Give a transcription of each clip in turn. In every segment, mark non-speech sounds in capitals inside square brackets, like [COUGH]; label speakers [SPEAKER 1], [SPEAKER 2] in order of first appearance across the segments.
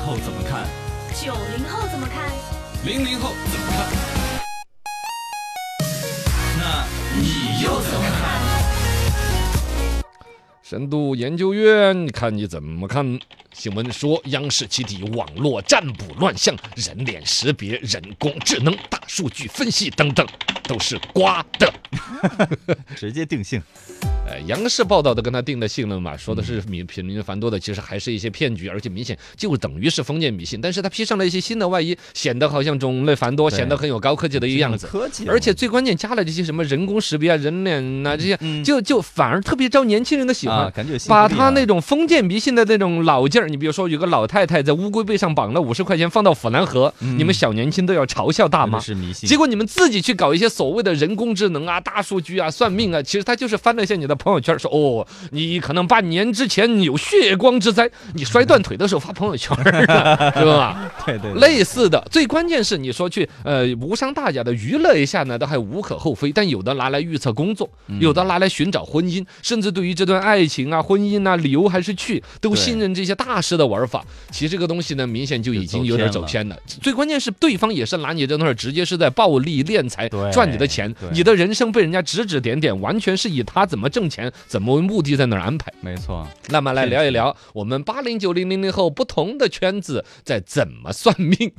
[SPEAKER 1] 后怎么看？
[SPEAKER 2] 九零后怎么看？
[SPEAKER 1] 零零后怎么看？那你又怎么看？
[SPEAKER 3] 深度研究院，看你怎么看？新闻说，央视起底网络占卜乱象、人脸识别、人工智能、大数据分析等等，都是瓜的。
[SPEAKER 4] 直接定性。
[SPEAKER 3] 呃，央视报道的跟他定的性论嘛，说的是民平民繁多的，其实还是一些骗局，而且明显就等于是封建迷信。但是他披上了一些新的外衣，显得好像种类繁多，
[SPEAKER 4] 对
[SPEAKER 3] 显得很有高科技的一个样子。
[SPEAKER 4] 科技，
[SPEAKER 3] 而且最关键加了这些什么人工识别啊、人脸呐、这些，
[SPEAKER 4] 嗯
[SPEAKER 3] 就就反而特别招年轻人的喜欢
[SPEAKER 4] 啊，。感觉有新
[SPEAKER 3] 把
[SPEAKER 4] 福利
[SPEAKER 3] 他
[SPEAKER 4] 啊
[SPEAKER 3] 那种封建迷信的那种老劲儿，你比如说有个老太太在乌龟背上绑了五十块钱放到腐兰河，
[SPEAKER 4] 嗯
[SPEAKER 3] 你们小年轻都要嘲笑大
[SPEAKER 4] 真的
[SPEAKER 3] 妈。
[SPEAKER 4] 是迷信，
[SPEAKER 3] 结果你们自己去搞一些所谓的人工智能啊、大数据啊、算命啊，其实他就是翻了一下你的朋友圈，说哦，你可能八年之前有血光之灾，你摔断腿的时候发朋友圈 [LAUGHS] 儿啊，是吧？
[SPEAKER 4] 对对对
[SPEAKER 3] 类似的，最关键是你说去呃无伤大雅的娱乐一下呢，倒还无可厚非。但有的拿来预测工作，
[SPEAKER 4] 嗯
[SPEAKER 3] 有的拿来寻找婚姻，甚至对于这段爱情啊、婚姻啊、留还是去，都
[SPEAKER 4] 对
[SPEAKER 3] 信任这些大师的玩法。其实这个东西呢，明显就已经有点走偏了。最关键是对方也是拿你这东西，直接是在暴利敛财
[SPEAKER 4] 对，
[SPEAKER 3] 赚你的钱
[SPEAKER 4] 对，
[SPEAKER 3] 你的人生被人家指指点点，完全是以他怎么挣钱、怎么为目的在那儿安排。
[SPEAKER 4] 没错，
[SPEAKER 3] 那么来
[SPEAKER 4] 是
[SPEAKER 3] 聊一聊我们八零九零零零后不同的圈子在怎么算
[SPEAKER 4] [LAUGHS]
[SPEAKER 3] 命。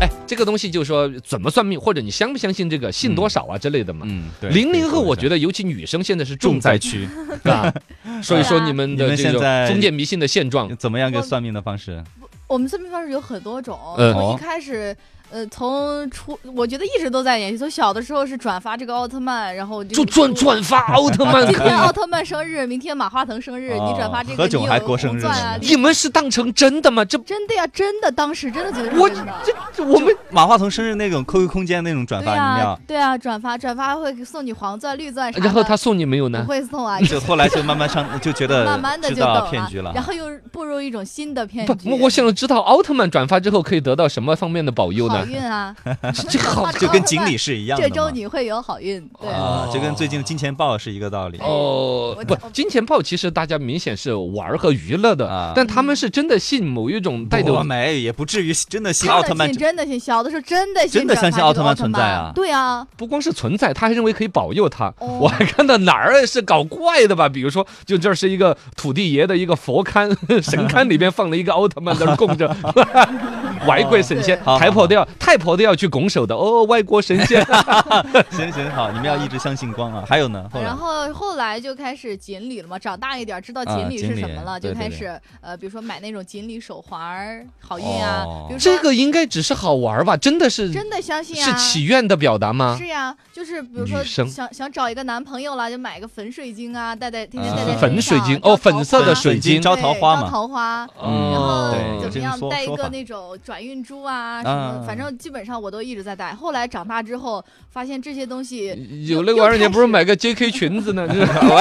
[SPEAKER 3] 哎，这个东西就是说怎么算命，或者你相不相信这个信多少啊之类的嘛。
[SPEAKER 4] 嗯，对。
[SPEAKER 3] 零零后，我觉
[SPEAKER 4] 得
[SPEAKER 3] 得尤其女生现在是重
[SPEAKER 4] 重
[SPEAKER 3] 灾
[SPEAKER 4] 灾
[SPEAKER 3] 区
[SPEAKER 4] 区，
[SPEAKER 3] 啊， [LAUGHS] 说一说你们
[SPEAKER 4] 你
[SPEAKER 3] 的
[SPEAKER 4] 们
[SPEAKER 3] 这
[SPEAKER 4] 现
[SPEAKER 3] 种
[SPEAKER 4] 在
[SPEAKER 3] 封建迷信的现状。
[SPEAKER 4] 怎么样一个
[SPEAKER 5] 我
[SPEAKER 4] 算命的方式？
[SPEAKER 5] 我们算命方式有很多种，
[SPEAKER 3] 嗯
[SPEAKER 5] 从一开始。呃，从出我觉得一直都在演，从小的时候是转发这个奥特曼，然后这个
[SPEAKER 3] 就转
[SPEAKER 5] 书
[SPEAKER 3] 转发奥特曼
[SPEAKER 5] 今
[SPEAKER 3] 可以
[SPEAKER 5] 天
[SPEAKER 3] 吗
[SPEAKER 5] 奥特曼生日，明天马化腾生日，
[SPEAKER 4] 哦
[SPEAKER 5] 你转发这个，
[SPEAKER 4] 何炅
[SPEAKER 5] 你有
[SPEAKER 4] 还过生日
[SPEAKER 5] 红钻啊
[SPEAKER 4] 呢！
[SPEAKER 3] 你们是当成真的吗？这
[SPEAKER 5] 真的呀，真的，当时真的觉得
[SPEAKER 3] 我
[SPEAKER 5] 是真的。
[SPEAKER 3] 这我们
[SPEAKER 4] 马化腾生日那种 QQ 空间那种转
[SPEAKER 5] 对啊
[SPEAKER 4] 发，你们啊
[SPEAKER 5] 呀
[SPEAKER 4] 要，
[SPEAKER 5] 对呀，转发转发会送你黄钻、绿钻啥的。
[SPEAKER 3] 然后他送你没有
[SPEAKER 5] 不
[SPEAKER 3] 呢？
[SPEAKER 5] 会送啊， [LAUGHS]
[SPEAKER 4] 就后来就慢慢上，就觉得
[SPEAKER 5] 慢慢的
[SPEAKER 4] 知
[SPEAKER 5] 就懂
[SPEAKER 4] 道
[SPEAKER 5] 了
[SPEAKER 4] 骗局了。
[SPEAKER 5] 然后又步入一种新的骗
[SPEAKER 3] 不
[SPEAKER 5] 局。，
[SPEAKER 3] 我想知道奥特曼转发之后可以得到什么方面的保佑
[SPEAKER 5] 好
[SPEAKER 3] 呢？
[SPEAKER 5] 运啊，
[SPEAKER 3] 这好
[SPEAKER 5] 转发
[SPEAKER 4] 就跟锦
[SPEAKER 5] 奥特曼
[SPEAKER 4] 鲤是一样的
[SPEAKER 5] 这
[SPEAKER 4] 嘛。
[SPEAKER 5] 周你会有好运，对。
[SPEAKER 4] 啊，就跟最近的金钱豹是一个道理。
[SPEAKER 3] 哦
[SPEAKER 5] 我，
[SPEAKER 3] 不
[SPEAKER 5] 我，
[SPEAKER 3] 金钱豹其实大家明显是玩儿和娱乐的
[SPEAKER 4] 啊，
[SPEAKER 3] 但他们是真的信某一种带
[SPEAKER 4] 我
[SPEAKER 3] 着。
[SPEAKER 4] 没也不至于真的信
[SPEAKER 5] 真
[SPEAKER 4] 奥
[SPEAKER 5] 的
[SPEAKER 4] 特曼
[SPEAKER 5] 信，真的信，小的时候真的信，
[SPEAKER 4] 真的相信
[SPEAKER 5] 奥
[SPEAKER 4] 奥特曼存在啊
[SPEAKER 5] 对啊，
[SPEAKER 3] 不光是存在，他还认为可以保佑他。
[SPEAKER 5] 哦
[SPEAKER 3] 我还看到哪儿是搞怪的吧？比如说，就这儿是一个土地爷的一个佛龛、 [LAUGHS] 神龛里边放了一个奥特曼在那儿供着， [LAUGHS] 外国神仙 [LAUGHS]
[SPEAKER 5] 对
[SPEAKER 4] 好好
[SPEAKER 3] 台婆都要太婆都要去拱手的哦，外国神
[SPEAKER 5] [LAUGHS]
[SPEAKER 3] 仙。
[SPEAKER 4] [LAUGHS] 行行好，你们要一直相信光啊。还有呢，后来
[SPEAKER 5] 然后后来就开始锦鲤了嘛，长大一点知道
[SPEAKER 4] 啊
[SPEAKER 5] 锦鲤是
[SPEAKER 4] 锦
[SPEAKER 5] 什
[SPEAKER 4] 鲤
[SPEAKER 5] 么了，
[SPEAKER 4] 对
[SPEAKER 5] 就
[SPEAKER 4] 对
[SPEAKER 5] 开
[SPEAKER 4] 对
[SPEAKER 5] 始呃，比如说买那种锦鲤手环儿，好运啊，
[SPEAKER 4] 哦
[SPEAKER 5] 比如说
[SPEAKER 3] 这个应该只是好玩儿吧？真的是
[SPEAKER 5] 真的相信
[SPEAKER 3] 是
[SPEAKER 5] 啊。
[SPEAKER 3] 祈愿的表达
[SPEAKER 4] 啊
[SPEAKER 3] 吗？
[SPEAKER 5] 是呀，就是比如
[SPEAKER 3] 女
[SPEAKER 5] 说
[SPEAKER 3] 生
[SPEAKER 5] 想想找一个男朋友了，就买个粉水晶啊，戴在天天戴
[SPEAKER 4] 啊
[SPEAKER 5] 在身上。
[SPEAKER 3] 粉水晶
[SPEAKER 5] 招
[SPEAKER 3] 哦粉
[SPEAKER 5] 桃
[SPEAKER 3] 色的
[SPEAKER 5] 花
[SPEAKER 3] 水晶
[SPEAKER 4] 招桃
[SPEAKER 5] 对
[SPEAKER 4] 花
[SPEAKER 5] 招
[SPEAKER 4] 嘛
[SPEAKER 5] 桃花。
[SPEAKER 4] 嗯
[SPEAKER 5] 然后
[SPEAKER 3] 哦
[SPEAKER 4] 对有这
[SPEAKER 5] 怎
[SPEAKER 4] 种
[SPEAKER 5] 么样
[SPEAKER 4] 说
[SPEAKER 5] 带一
[SPEAKER 4] 说
[SPEAKER 5] 个
[SPEAKER 4] 法
[SPEAKER 5] 那种转运珠啊什么，反正基本上我都一直在带。后来长大之后，发现这些东西
[SPEAKER 3] 有那玩意儿，你不如买个 JK 裙子呢？ [LAUGHS] 这喂，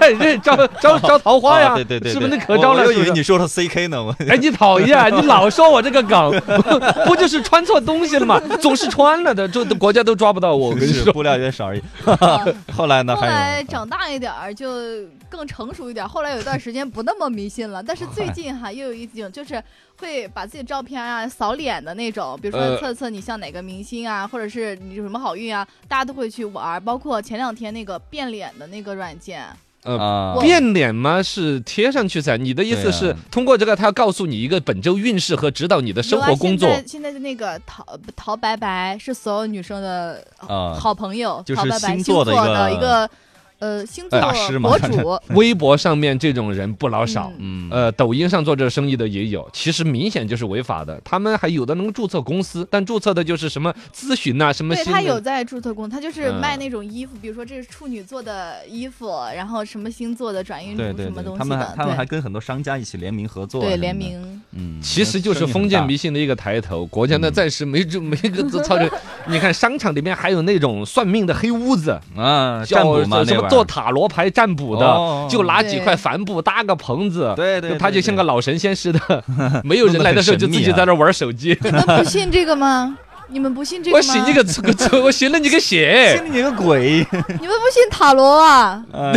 [SPEAKER 3] 哎这招招招桃花呀？
[SPEAKER 4] 哦对对对，
[SPEAKER 3] 是不是
[SPEAKER 4] 对
[SPEAKER 3] 那可招了？
[SPEAKER 4] 我我
[SPEAKER 3] 是
[SPEAKER 4] 以
[SPEAKER 3] 不是
[SPEAKER 4] 为你说了 CK 呢，我
[SPEAKER 3] 哎，你讨厌，你老说我这个梗， [LAUGHS] 不就是穿错东西了吗？总是穿了的，这国家都抓不到我。我跟你
[SPEAKER 4] 是
[SPEAKER 3] 说，
[SPEAKER 4] 布料有点少而已。
[SPEAKER 5] 啊
[SPEAKER 4] [LAUGHS] 后来呢？
[SPEAKER 5] 后
[SPEAKER 4] 还有
[SPEAKER 5] 来
[SPEAKER 4] 呢
[SPEAKER 5] 长大一点儿，就更成熟一点儿。后来有一段时间不那么迷信了，
[SPEAKER 4] [LAUGHS]
[SPEAKER 5] 但是最近哈又有一种就是会把自己的照片啊扫脸的那种，比如
[SPEAKER 3] 呃
[SPEAKER 5] 说测测你像哪个明星啊，或者是你有什么好运啊，大家都会去玩儿。包括前两天那个变脸的那个软件，
[SPEAKER 4] 啊
[SPEAKER 5] 我，
[SPEAKER 3] 变脸吗？是贴上去噻？你的意思
[SPEAKER 4] 对啊
[SPEAKER 3] 是通过这个，他要告诉你一个本周运势和指导你的生
[SPEAKER 5] 有
[SPEAKER 3] 活
[SPEAKER 5] 啊
[SPEAKER 3] 工
[SPEAKER 5] 现
[SPEAKER 3] 作
[SPEAKER 5] 在。现在的那个陶陶白白是所有女生的
[SPEAKER 4] 啊
[SPEAKER 5] 好朋友，
[SPEAKER 4] 就是
[SPEAKER 5] 陶白白
[SPEAKER 4] 星座的一
[SPEAKER 5] 星
[SPEAKER 4] 个
[SPEAKER 5] 座的一个呃星座
[SPEAKER 4] 大师嘛
[SPEAKER 5] 博主，
[SPEAKER 4] [LAUGHS]
[SPEAKER 3] 微博上面这种人不老少。
[SPEAKER 5] 嗯
[SPEAKER 4] 嗯
[SPEAKER 3] 呃，抖音上做这生意的也有，其实明显就是违法的。他们还有的能注册公司，但注册的就是什么咨询呐、什么
[SPEAKER 5] 对
[SPEAKER 3] 心
[SPEAKER 5] 他
[SPEAKER 3] 理
[SPEAKER 5] 有在注册公，他就是
[SPEAKER 3] 嗯
[SPEAKER 5] 卖那种衣服，比如说这是处女座的衣服，然后什么星座的转运珠
[SPEAKER 4] 对对
[SPEAKER 5] 什么
[SPEAKER 4] 对，
[SPEAKER 5] 东
[SPEAKER 4] 他
[SPEAKER 5] 西
[SPEAKER 4] 们还
[SPEAKER 5] 的，
[SPEAKER 4] 他们还
[SPEAKER 5] 对
[SPEAKER 4] 跟很多商家一起联名合作啊，
[SPEAKER 5] 对
[SPEAKER 4] 什么
[SPEAKER 5] 联
[SPEAKER 4] 的，
[SPEAKER 5] 名，
[SPEAKER 4] 嗯，
[SPEAKER 3] 其实就是
[SPEAKER 4] 生意很
[SPEAKER 3] 封建
[SPEAKER 4] 大
[SPEAKER 3] 迷信的一个抬头。国家呢
[SPEAKER 4] 嗯
[SPEAKER 3] 暂时没这没个操
[SPEAKER 5] [LAUGHS]
[SPEAKER 3] 作。你看商场里面还有那种算命的黑屋子，
[SPEAKER 4] 啊，
[SPEAKER 3] 嗯叫
[SPEAKER 4] 占卜嘛，
[SPEAKER 3] 什
[SPEAKER 4] 那
[SPEAKER 3] 么
[SPEAKER 4] 玩意
[SPEAKER 3] 做
[SPEAKER 4] 儿
[SPEAKER 3] 塔罗牌占卜的，
[SPEAKER 4] 哦
[SPEAKER 3] 就拿几
[SPEAKER 5] 对
[SPEAKER 3] 块帆布搭个棚子。
[SPEAKER 4] 对对，对
[SPEAKER 3] 他就像个
[SPEAKER 4] 对 [LAUGHS]
[SPEAKER 3] 老神仙似的，没有人来的时候就自己
[SPEAKER 4] 弄得很神秘啊
[SPEAKER 3] 在那玩手机。
[SPEAKER 5] 你们不信这个吗？你们不信这个
[SPEAKER 3] 我
[SPEAKER 5] 吗？
[SPEAKER 3] 信你个这个 [LAUGHS] 这，我信了你个邪
[SPEAKER 4] 信，你个
[SPEAKER 3] [LAUGHS]
[SPEAKER 4] 鬼！
[SPEAKER 5] 你们不信塔罗啊？
[SPEAKER 4] 哎，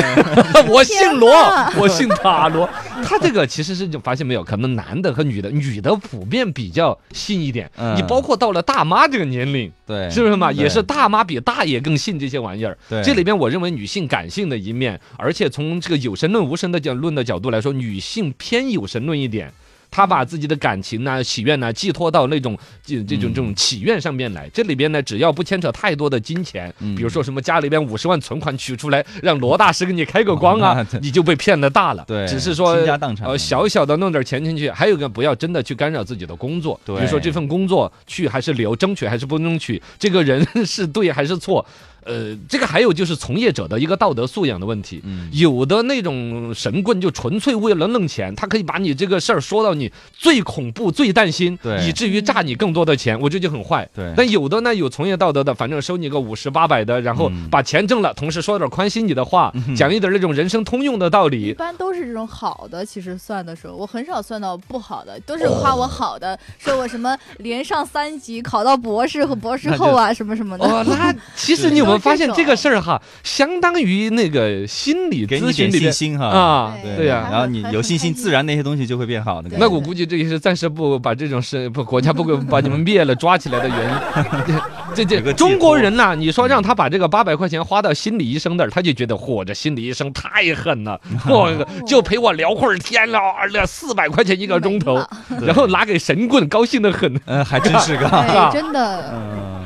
[SPEAKER 3] 我信罗
[SPEAKER 5] 天哪，
[SPEAKER 3] [LAUGHS] 我信塔罗。他这个其实是就发现没有，可能男的和女的，女的普遍比较信一点。
[SPEAKER 4] 嗯
[SPEAKER 3] 你包括到了大妈这个年龄，
[SPEAKER 4] 对，
[SPEAKER 3] 是不是嘛？
[SPEAKER 4] 对
[SPEAKER 3] 也是大妈比大爷更信这些玩意儿。
[SPEAKER 4] 对
[SPEAKER 3] 这里边我认为女性感性的一面，而且从这个有神论无神的讲论的角度来说，女性偏有神论一点。她把自己的感情呐、喜愿呐、寄托到那种这
[SPEAKER 4] 嗯
[SPEAKER 3] 这种这种祈愿上面来。这里边呢，只要不牵扯太多的金钱，
[SPEAKER 4] 嗯
[SPEAKER 3] 比如说什么家里边五十万存款取出来，让罗大师给你开个光
[SPEAKER 4] 哦那
[SPEAKER 3] 啊
[SPEAKER 4] [LAUGHS] 对，
[SPEAKER 3] 你就被骗的大了。
[SPEAKER 4] 对
[SPEAKER 3] 只是说
[SPEAKER 4] 倾家荡产
[SPEAKER 3] 呃，小小的弄点钱进去。还有一个，不要真的去干扰自己的工作，比
[SPEAKER 4] 对
[SPEAKER 3] 如说这份工作去还是留，争取还是不争取，这个人是对还是错。呃，这个还有就是从业者的一个道德素养的问题。
[SPEAKER 4] 嗯
[SPEAKER 3] 有的那种神棍就纯粹为了弄钱，他可以把你这个事儿说到你最恐怖、最担心，
[SPEAKER 4] 对嗯
[SPEAKER 3] 以至于诈你更多的钱，我这就很坏。
[SPEAKER 4] 对
[SPEAKER 3] 但有的呢有从业道德的，反正收你个五十八百的，然后
[SPEAKER 4] 嗯
[SPEAKER 3] 把钱挣了，同时说点宽心你的话，讲一点那种人生通用的道
[SPEAKER 5] 一
[SPEAKER 3] 理。
[SPEAKER 5] 般都是这种好的，其实算的时候，我很少算到不好的，都是夸我好的，说我什么连上三级，考到博士和博士后啊，什么什么
[SPEAKER 3] [LAUGHS]
[SPEAKER 5] 的。
[SPEAKER 3] 哦，那其实
[SPEAKER 4] 是
[SPEAKER 3] 你有没有
[SPEAKER 5] 都是
[SPEAKER 3] 发现
[SPEAKER 5] 这
[SPEAKER 3] 这个
[SPEAKER 5] 种
[SPEAKER 3] 事儿哈，相当于那个心理
[SPEAKER 4] 给你
[SPEAKER 3] 咨询
[SPEAKER 4] 点
[SPEAKER 3] 里
[SPEAKER 4] 信
[SPEAKER 3] 的
[SPEAKER 4] 心哈。
[SPEAKER 3] 啊，
[SPEAKER 5] 对
[SPEAKER 3] 对呀、
[SPEAKER 5] 还
[SPEAKER 4] 然后你
[SPEAKER 5] 还
[SPEAKER 4] 有
[SPEAKER 5] 很
[SPEAKER 4] 信
[SPEAKER 5] 开
[SPEAKER 4] 心，
[SPEAKER 5] 心
[SPEAKER 4] 自然那些东西就会变好的。
[SPEAKER 5] 对
[SPEAKER 3] 那我估计这也是暂时不把这种事不国家不给把你们灭了抓起来的
[SPEAKER 4] [LAUGHS]
[SPEAKER 3] 原因。这这
[SPEAKER 4] 有个寄托
[SPEAKER 3] 这中国人呐、你说让他把这个八百块钱花到心理医生那儿，他就觉得嚯，这心理医生太
[SPEAKER 4] [LAUGHS]
[SPEAKER 3] 狠了，嚯，就陪我聊会儿天了，那四百块钱一个钟头
[SPEAKER 4] [LAUGHS]
[SPEAKER 5] 没，
[SPEAKER 3] 然后拿给神棍，高兴的很。
[SPEAKER 4] 呃，还真是
[SPEAKER 3] [LAUGHS]
[SPEAKER 4] 个，
[SPEAKER 5] 哎，真的，
[SPEAKER 4] 嗯，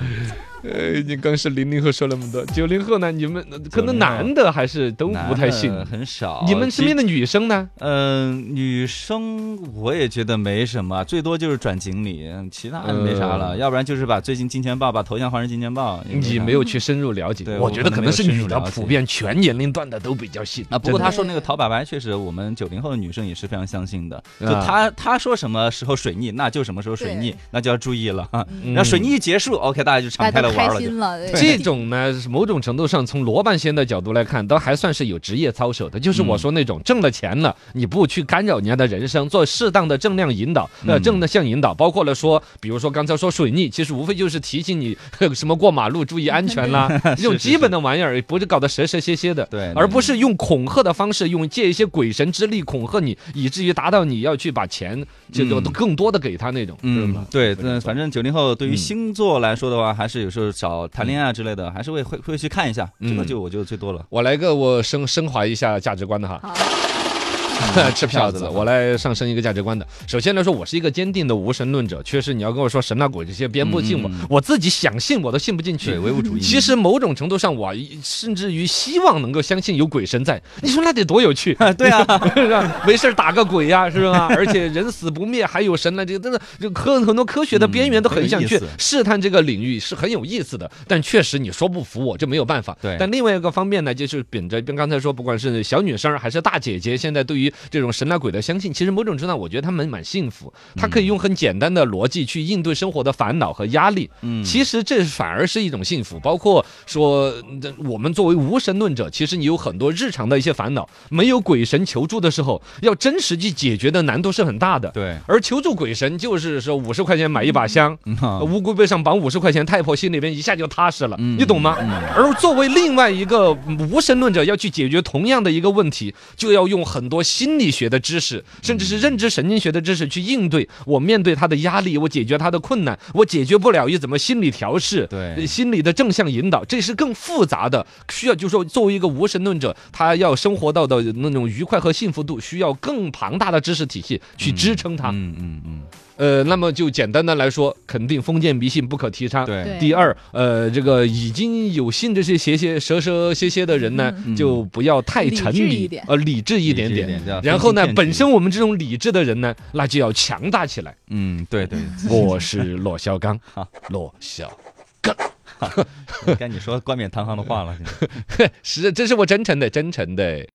[SPEAKER 3] 呃，你刚是零零后说了那么多，九零后呢，你们可能
[SPEAKER 4] 90后
[SPEAKER 3] 男的还是都不太信
[SPEAKER 4] 男。的呃很少。
[SPEAKER 3] 你们身边
[SPEAKER 4] 的
[SPEAKER 3] 的女生呢？
[SPEAKER 4] 嗯，女生我也觉得没什么，最多就是转锦鲤，其他的没啥了。
[SPEAKER 3] 嗯
[SPEAKER 4] 要不然就是把最近金钱豹把头像换成金钱豹。也
[SPEAKER 3] 你
[SPEAKER 4] 啥
[SPEAKER 3] 没有去深入了解
[SPEAKER 4] 对，
[SPEAKER 3] 我
[SPEAKER 4] 我
[SPEAKER 3] 觉得
[SPEAKER 4] 可能
[SPEAKER 3] 可
[SPEAKER 4] 没
[SPEAKER 3] 能
[SPEAKER 4] 有
[SPEAKER 3] 是
[SPEAKER 4] 深入
[SPEAKER 3] 女的
[SPEAKER 4] 了解
[SPEAKER 3] 普遍全年龄段的都比较信
[SPEAKER 4] 啊，不过
[SPEAKER 3] 真
[SPEAKER 4] 他
[SPEAKER 3] 的
[SPEAKER 4] 说那个陶白白确实，我们九零后的女生也是非常相信的。就
[SPEAKER 3] 啊
[SPEAKER 4] 他他说什么时候水逆，那就什么时候水逆
[SPEAKER 5] 对，
[SPEAKER 4] 那就要注意
[SPEAKER 3] [LAUGHS]
[SPEAKER 4] 了哈。
[SPEAKER 3] 嗯
[SPEAKER 4] 然后水逆一结束，OK，大家就敞
[SPEAKER 5] 大
[SPEAKER 4] 开
[SPEAKER 5] 家
[SPEAKER 4] 了
[SPEAKER 5] 都
[SPEAKER 4] 玩
[SPEAKER 5] 开
[SPEAKER 4] 了就。
[SPEAKER 5] 心了。对
[SPEAKER 3] 这种呢，是某种程度上从罗半仙的角度来看，都还算是有职业操守的。就是
[SPEAKER 4] 嗯
[SPEAKER 3] 我说那种挣了钱了，你不去干扰人家的人生，做适当的正量引导，呃，
[SPEAKER 4] 嗯
[SPEAKER 3] 正向引导，包括了说，比如说刚才说水逆，其实无非就是提醒你呵什么过马路注意安全啦，这
[SPEAKER 4] [LAUGHS]
[SPEAKER 3] 种
[SPEAKER 4] 是
[SPEAKER 3] 基本的玩意儿，不是搞得蛇蛇蝎蝎的。
[SPEAKER 4] 对，
[SPEAKER 3] 而不是用恐吓的方式，用借一些鬼神之力恐吓你，以至于达到你要去把钱这个
[SPEAKER 4] 嗯
[SPEAKER 3] 更多的给他那种，是
[SPEAKER 4] 嗯
[SPEAKER 3] 吗，？
[SPEAKER 4] 对，
[SPEAKER 3] 不能
[SPEAKER 4] 那
[SPEAKER 3] 说
[SPEAKER 4] 反正九零后对于
[SPEAKER 3] 嗯
[SPEAKER 4] 星座来说的话，还是有时候找谈恋爱啊之类的，还是会会会去看一下。这个
[SPEAKER 3] 嗯
[SPEAKER 4] 就我觉得最多了。
[SPEAKER 3] 我来个我升升华一下价值观的哈，
[SPEAKER 5] 好，
[SPEAKER 3] [LAUGHS] 吃票
[SPEAKER 4] 嗯
[SPEAKER 3] 子，我来上升一个价值观的。首先来说，我是一个坚定的无神论者，确实你要跟我说神啊鬼这些编不进我
[SPEAKER 4] 嗯嗯嗯，
[SPEAKER 3] 我自己想信我都信不进去
[SPEAKER 4] 对，。唯物主义。
[SPEAKER 3] 其实某种程度上，我甚至于希望能够相信有鬼神
[SPEAKER 4] [LAUGHS]
[SPEAKER 3] 在。你说那得多有趣
[SPEAKER 4] 对啊，
[SPEAKER 3] [LAUGHS] 是吧？没事儿打个鬼呀、是吧？而且人死不灭，还有神呢，这个真的就科很多科学的边缘都很想
[SPEAKER 4] 很有意
[SPEAKER 3] 去
[SPEAKER 4] 思
[SPEAKER 3] 试探这个领域，是很有意思的。但确实你说不服我，这没有办法。
[SPEAKER 4] 对
[SPEAKER 3] 但另外一个方面呢，就是秉着跟刚才说，不管是小女生还是大姐姐，现在对于这种神来鬼的相信，其实某种程度上，我觉得他们蛮幸福，他可以用很简单的逻辑去应对生活的烦恼和压力。
[SPEAKER 4] 嗯，
[SPEAKER 3] 其实这反而是一种幸福，包括说，嗯这我们作为无神论者，其实你有很多日常的一些烦恼，没有鬼神求助的时候，要真实去解决的难度是很大的。
[SPEAKER 4] 对，
[SPEAKER 3] 而求助鬼神就是说五十块钱买一把香，
[SPEAKER 4] 嗯
[SPEAKER 3] 乌龟背上绑五十块钱，太婆心里边一下就踏实了，
[SPEAKER 4] 啊嗯
[SPEAKER 3] 呃你懂吗？
[SPEAKER 4] 嗯
[SPEAKER 3] 而作为另外一个无神论者，要去解决同样的一个问题，就要用很多心理学的知识，甚至是认知神经学的知识去应对。我面对他的压力，我解决他的困难，我解决不了又怎么心理调试？
[SPEAKER 4] 对
[SPEAKER 3] 呃心理的正向引导，这是更复杂的，需要就是说作为一个无神论者，他要生活到的那种愉快和幸福度，需要更庞大的知识体系去支撑他。
[SPEAKER 4] 嗯嗯嗯，
[SPEAKER 3] 呃，那么就简单的来说，肯定封建迷信不可提倡。
[SPEAKER 4] 对，
[SPEAKER 3] 第二，呃，这个已经有信这些邪邪蛇蛇蝎蝎的人呢，
[SPEAKER 4] 嗯
[SPEAKER 3] 就不要太沉
[SPEAKER 5] 理智一
[SPEAKER 3] 迷
[SPEAKER 5] 点，
[SPEAKER 3] 呃，理智一点
[SPEAKER 4] 理智一点
[SPEAKER 3] 点
[SPEAKER 4] 对啊。
[SPEAKER 3] 然后呢
[SPEAKER 4] 分清，辨
[SPEAKER 3] 本
[SPEAKER 4] 识
[SPEAKER 3] 身我们这种理智的人呢，那就要强大
[SPEAKER 4] [LAUGHS]
[SPEAKER 3] 起来。
[SPEAKER 4] 嗯对对，
[SPEAKER 3] 我是骆小刚，骆小， [LAUGHS]
[SPEAKER 4] 该你说冠冕堂皇的话了。现在
[SPEAKER 3] 是，这是我真诚的，真诚的。